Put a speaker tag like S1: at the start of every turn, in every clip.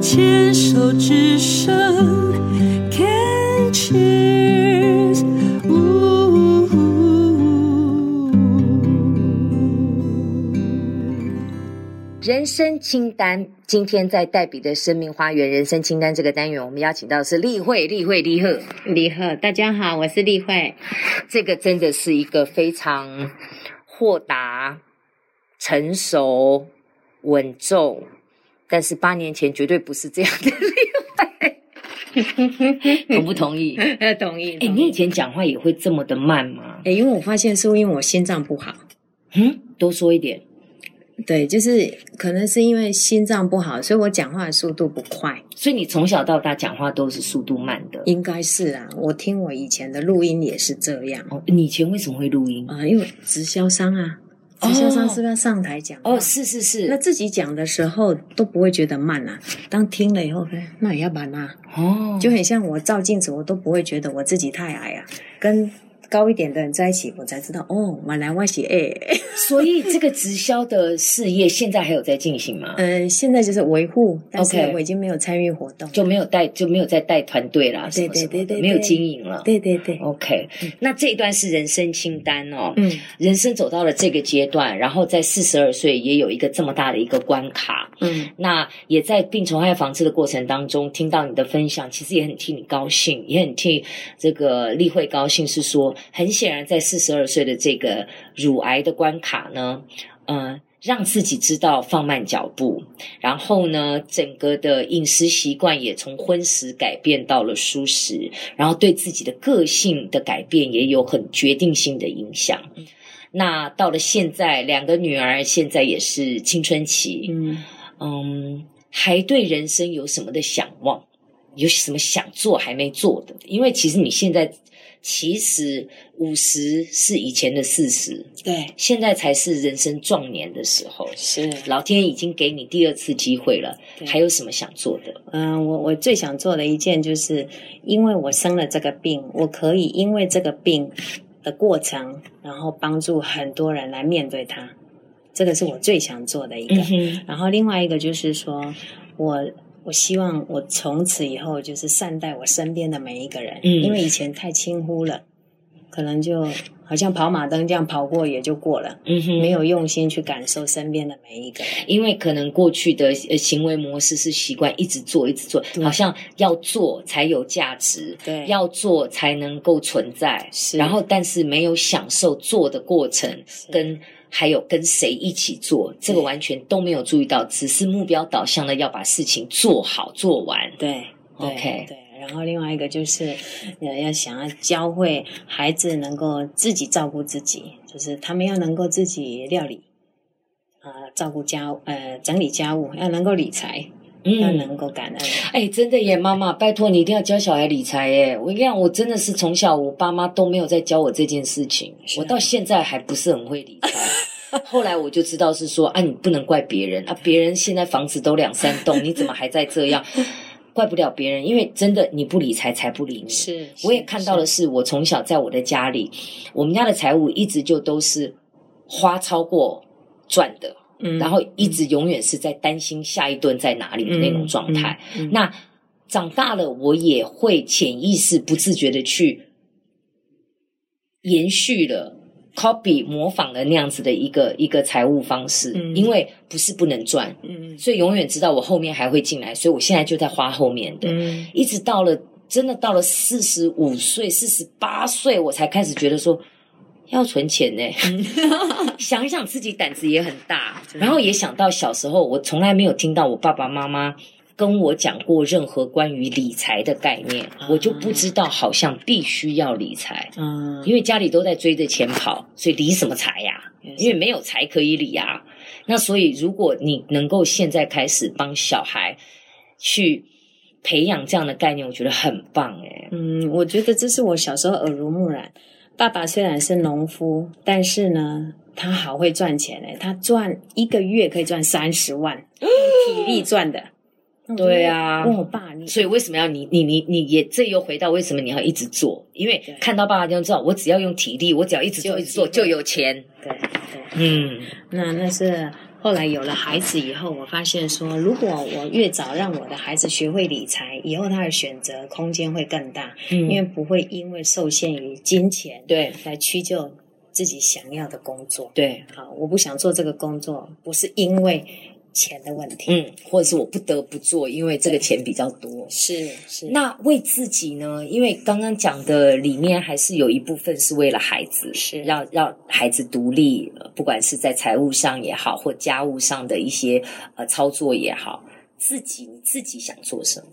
S1: 牵手之声，Can cheers。
S2: 哦
S3: 人生清单，今天在黛比的生命花园人生清单这个单元，我们邀请到的是例会，例会，例会，
S2: 李贺，大家好，我是丽慧。
S3: 这个真的是一个非常豁达、成熟、稳重，但是八年前绝对不是这样的例 会，同不同意？哎、
S2: 呃，同意。同
S3: 你以
S2: 意
S3: 前讲话也会这么的慢吗？
S2: 哎、因为我发现是因为我心脏不好，
S3: 嗯，多说一点。
S2: 对，就是可能是因为心脏不好，所以我讲话的速度不快，
S3: 所以你从小到大讲话都是速度慢的。
S2: 应该是啊。我听我以前的录音也是这样
S3: 哦，你以前为什么会录音？
S2: 啊、呃因为直销商啊，
S3: 哦
S2: 直销商是不是要上台讲话
S3: 哦，是是是，
S2: 那自己讲的时候都不会觉得慢啊，当听了以后，哎那也要慢啊，
S3: 哦，
S2: 就很像我照镜子，我都不会觉得我自己太矮啊，跟高一点的人在一起，我才知道哦，原来我是 矮。
S3: 所以这个直销的事业现在还有在进行吗？
S2: 呃，现在就是维护，但是
S3: OK
S2: 我已经没有参与活动。
S3: 就没有带就没有再带团队啦，
S2: 对
S3: 什么什么的
S2: 对对对
S3: 没有经营了。
S2: 对对对，
S3: OK，那这一段是人生清单哦，
S2: 嗯，
S3: 人生走到了这个阶段，然后在四十二岁也有一个这么大的一个关卡。
S2: 嗯，
S3: 那也在病虫害防治的过程当中，听到你的分享，其实也很替你高兴，也很替这个例会高兴。是说，很显然，在四十二岁的这个乳癌的关卡呢，呃，让自己知道放慢脚步，然后呢，整个的饮食习惯也从荤食改变到了素食，然后对自己的个性的改变也有很决定性的影响。那到了现在，两个女儿现在也是青春期，
S2: 嗯，
S3: 嗯，还对人生有什么的想望？有什么想做还没做的？因为其实你现在其实五十是以前的四十，
S2: 对，
S3: 现在才是人生壮年的时候。
S2: 是。
S3: 老天已经给你第二次机会了，
S2: 对
S3: 还有什么想做的？
S2: 嗯、我我最想做的一件就是，因为我生了这个病，我可以因为这个病的过程，然后帮助很多人来面对它，这个是我最想做的一个。
S3: 嗯哼，
S2: 然后另外一个就是说，我我希望我从此以后就是善待我身边的每一个人，
S3: 嗯
S2: 因为以前太轻忽了，可能就好像跑马灯这样跑过也就过了，
S3: 嗯哼，
S2: 没。有用心去感受身边的每一个人。
S3: 因为可能过去的呃行为模式是习惯一直做一直做，
S2: 对
S3: 好像要做才有价值，
S2: 对，
S3: 要做才能够存在。
S2: 是
S3: 然后但是没有享受做的过程，跟还有跟谁一起做，这个完全都没有注意到，只是目标导向的要把事情做好做完。
S2: 对对
S3: OK
S2: 对。然后另外一个就是，呃，要想要教会孩子能够自己照顾自己，就是他们要能够自己料理，啊、照顾家呃整理家务，要能够理财，要
S3: 嗯，
S2: 能够感恩。
S3: 哎，真的耶，妈妈，拜托你一定要教小孩理财耶！我跟你讲，我真的是从小我爸妈都没有在教我这件事情，
S2: 是啊
S3: 我到现在还不是很会理 财。后来我就知道是说啊，你不能怪别人啊，别人现在房子都两三栋，你怎么还在这 样？怪不了别人，因为真的你不理财，财不理你。
S2: 是，
S3: 我也看到的
S2: 是，
S3: 是，我从小在我的家里，我们家的财务一直就都是花超过赚的，
S2: 嗯
S3: 然后一直永远是在担心下一顿在哪里的那种状态。。
S2: 嗯嗯嗯
S3: 那长大了，我也会潜意识不自觉的去延续了。copy 模仿了那样子的一个一个财务方式，
S2: 嗯
S3: 因为不是不能赚，
S2: 嗯
S3: 所以永远知道我后面还会进来，所以我现在就在花后面的。
S2: 嗯
S3: 一直到了真的到了四十五岁、四十八岁，我才开始觉得说要存钱呢、 想一想自己胆子也很大，
S2: 嗯 真的
S3: 然后也想到小时候我从来没有听到我爸爸妈妈。跟我讲过任何关于理财的概念，
S2: 啊
S3: 我就不知道，好像必须要理财，
S2: 嗯，
S3: 因为家里都在追着钱跑，所以理什么财呀、因为没有财可以理啊。那所以，如果你能够现在开始帮小孩去培养这样的概念，我觉得很棒哎诶、
S2: 嗯，我觉得这是我小时候耳濡目染。爸爸虽然是农夫，但是呢，他好会赚钱诶、他赚一个月可以赚三十 万，用体力赚的。那我嗯就
S3: 对啊
S2: 问我爸，你
S3: 所以为什么要你你你你也这又回到为什么你要一直做？因为
S2: 对
S3: 看到爸爸就知道，我只要用体力，我只要一直做
S2: 就有
S3: 一直做
S2: 机会
S3: 就有钱。
S2: 对对，
S3: 嗯，
S2: 那那是后来有了孩子以后，我发现说，如果我越早让我的孩子学会理财，以后他的选择空间会更大，
S3: 嗯
S2: 因为不会因为受限于金钱
S3: 对
S2: 来屈就自己想要的工作。
S3: 对，
S2: 好，呃我不想做这个工作，不是因为钱的问题，
S3: 嗯，或者是我不得不做，因为这个钱比较多。
S2: 是是
S3: 那为自己呢？因为刚刚讲的里面还是有一部分是为了孩子，
S2: 是
S3: 让让孩子独立，呃不管是在财务上也好，或家务上的一些呃操作也好，自己你自己想做什么？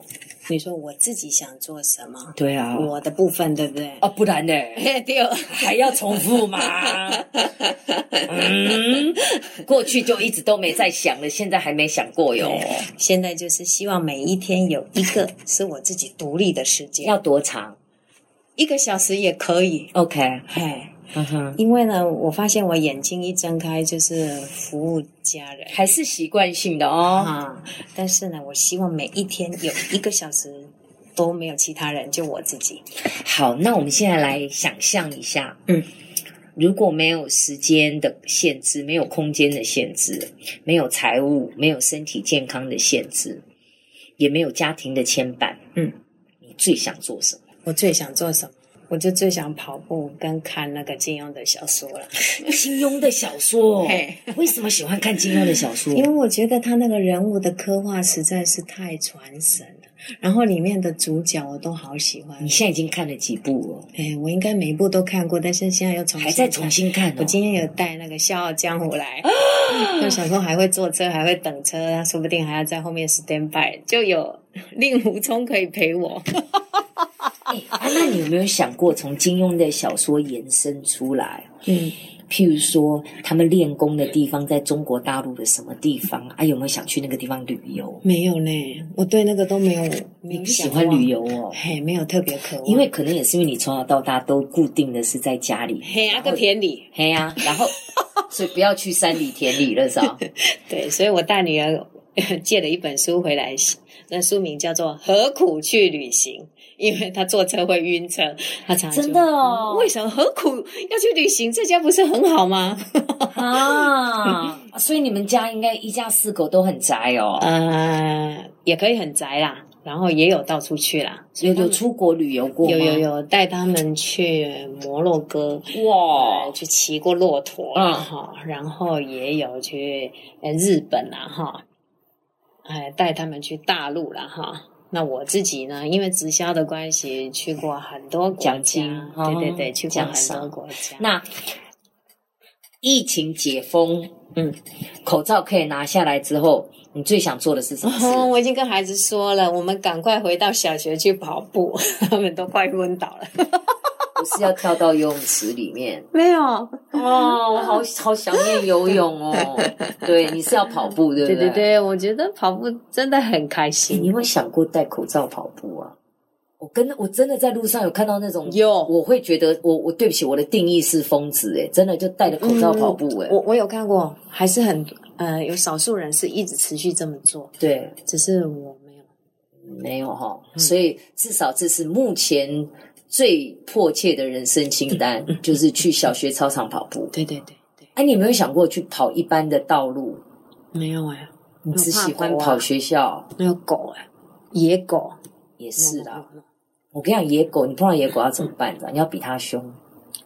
S2: 你说我自己想做什么，
S3: 对啊哦我
S2: 我的部分对不对？
S3: 啊，不然呢？
S2: 对，
S3: 还要重复 吗？嗯，过去就一直都没在想了，现在还没想过哟。
S2: 现在就是希望每一天有一个是我自己独立的时间，
S3: 要多长
S2: 一个小时也可以。
S3: ？OK，
S2: 嘿，
S3: 嗯哼，
S2: 因为呢，我发现我眼睛一睁开就是服务家人
S3: 还是习惯性的哦。
S2: 啊，但是呢，我希望每一天有一个小时都没有其他人，就我自己。
S3: 好，那我们现在来想象一下，
S2: 嗯，
S3: 如果没有时间的限制，没有空间的限制，没有财务，没有身体健康的限制，也没有家庭的牵绊，
S2: 嗯，
S3: 你最想做什么？
S2: 我最想做什么？我就最想跑步跟看那个金庸的小说了，
S3: 金庸的小说
S2: 嘿，
S3: 为什么喜欢看金庸的小 说？
S2: 因为我觉得他那个人物的刻画实在是太传神了，然后里面的主角我都好喜欢
S3: 你。现在已经看了几部了，
S2: 哎，我应该每一部都看过，但是现在又重新
S3: 还在重新看、哦。
S2: 我今天有带那个《笑傲江湖》来，就想说还会坐车，还会等车，说不定还要在后面 stand by，就有 令狐冲可以陪我。
S3: 哎啊，那你有没有想过从金庸的小说延伸出来？
S2: 嗯，
S3: 譬如说，他们练功的地方在中国大陆的什么地方啊？有没有想去那个地方旅游？
S2: 没有呢，我对那个都没有没
S3: 你
S2: 有
S3: 不
S2: 想
S3: 喜欢
S2: 望
S3: 旅，游哦？
S2: 嘿，没有特别渴望，
S3: 因为可能也是因为你从小到大都固定的是在家里，
S2: 嘿阿个田里，
S3: 嘿呀、然 后所以不要去山里田里了，是吧？
S2: 对，所以我大女儿 借了一本书回来，那书名叫做《何苦去旅行》。因为她坐车会晕车，她常常
S3: 真
S2: 就
S3: 的哦
S2: 嗯为什么何苦要去旅行？在家不是很好吗？
S3: 哦 啊，所以你们家应该一家四口都很宅哦，
S2: 呃，也可以很宅啦，然后也有到处去啦，
S3: 有有出国旅游过吗？
S2: 有有有带他们去摩洛哥，
S3: 有，哇
S2: 呃，，去骑过骆驼
S3: 嗯
S2: 啦哈、然后也有去呃日本啦哈，哎，带他们去大陆啦哈。那我自己呢，因为直销的关系，去过很多国
S3: 奖
S2: 家
S3: 金，
S2: 对对对，
S3: 哦
S2: 去过
S3: 奖
S2: 很多
S3: 赏
S2: 国家。
S3: 那疫情解封，
S2: 嗯，
S3: 口罩可以拿下来之后，你最想做的是什么事？
S2: 哦，我已经跟孩子说了，我们赶快回到小学去跑步， 他们都快昏倒了。
S3: 不是要跳到游泳池里面
S2: 没有，
S3: 哦，我好好想念游泳哦。 对，你是要跑步对不
S2: 对对
S3: 对？
S2: 对，我觉得跑步真的很开
S3: 诶你
S2: 心。
S3: 有没有想过戴口罩跑步啊？我跟我真的在路上有看到那种
S2: 有
S3: 我会觉得我我对不起我的定义是疯子哎、诶真的就戴着口罩跑步哎、诶
S2: 我我有看过，还是很呃，有少数人是一直持续这么做，
S3: 对，
S2: 只是我没有。
S3: 没有哈、所以至少这是目前最迫切的人生清单， 就是去小学操场跑步。
S2: 对对对对，
S3: 哎、你有没有想过去跑一般的道路？
S2: 没有哎、
S3: 你
S2: 我
S3: 只
S2: 怕
S3: 喜欢
S2: 狗啊
S3: 跑学校，
S2: 没有狗哎、野狗啊
S3: 也是
S2: 的
S3: 啦。，我跟你讲，野狗，你碰到野狗要怎么办？你知道你要比它凶。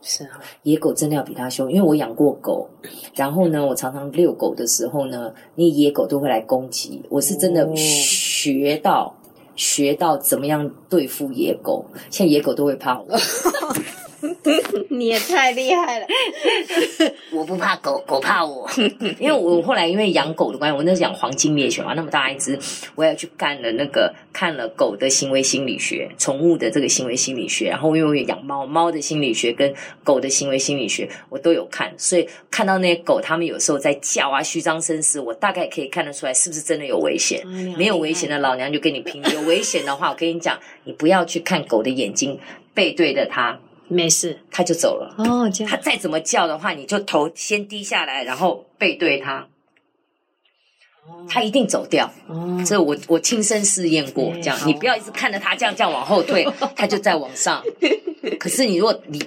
S2: 是啊，
S3: 野狗真的要比它凶，因为我养过狗，然后呢，我常常遛狗的时候呢，那野狗都会来攻击。我是真的
S2: 哦
S3: 学到、学到怎么样对付野狗，现在野狗都会怕我。
S2: 你也太厉害 了。
S3: 我不怕狗，狗怕我，因为我后来因为养狗的关系，我那是养黄金猎犬嘛，那么大一只，我也去干了那个看了狗的行为心理学，宠物的这个行为心理学，然后因为我也养猫，猫的心理学跟狗的行为心理学我都有看，所以看到那些狗，它们有时候在叫啊，虚张声势，我大概可以看得出来是不是真的有危险。没有危险
S2: 啊
S3: 的，老娘就跟你拼，有危险的话，我跟你讲，你不要去看狗的眼睛，背对着它，
S2: 没事
S3: 它就走了。
S2: 哦，这
S3: 它
S2: 样
S3: 再怎么叫的话，你就头先低下来，然后背对它，它一定走掉。
S2: 哦，
S3: 这我我亲身试验过，
S2: 嗯
S3: 这样
S2: 好啊
S3: 你不要一直看着它这样这样往后 退，它就再往上。可是你如果你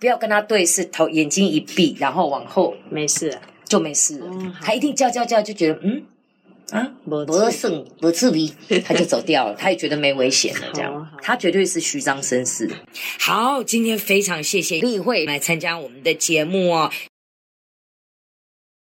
S3: 不要跟它对视，头眼睛一闭，然后往后
S2: 没事啊，
S3: 就没事了。
S2: 嗯好
S3: 他一定叫叫叫，就觉得嗯啊，
S2: 不
S3: 不胜不刺鼻，他就走 掉了，他也觉得没危险了，这
S2: 好啊
S3: 样
S2: 好啊，
S3: 他绝对是虚张声势。好，今天非常谢谢丽慧来参加我们的节目哦，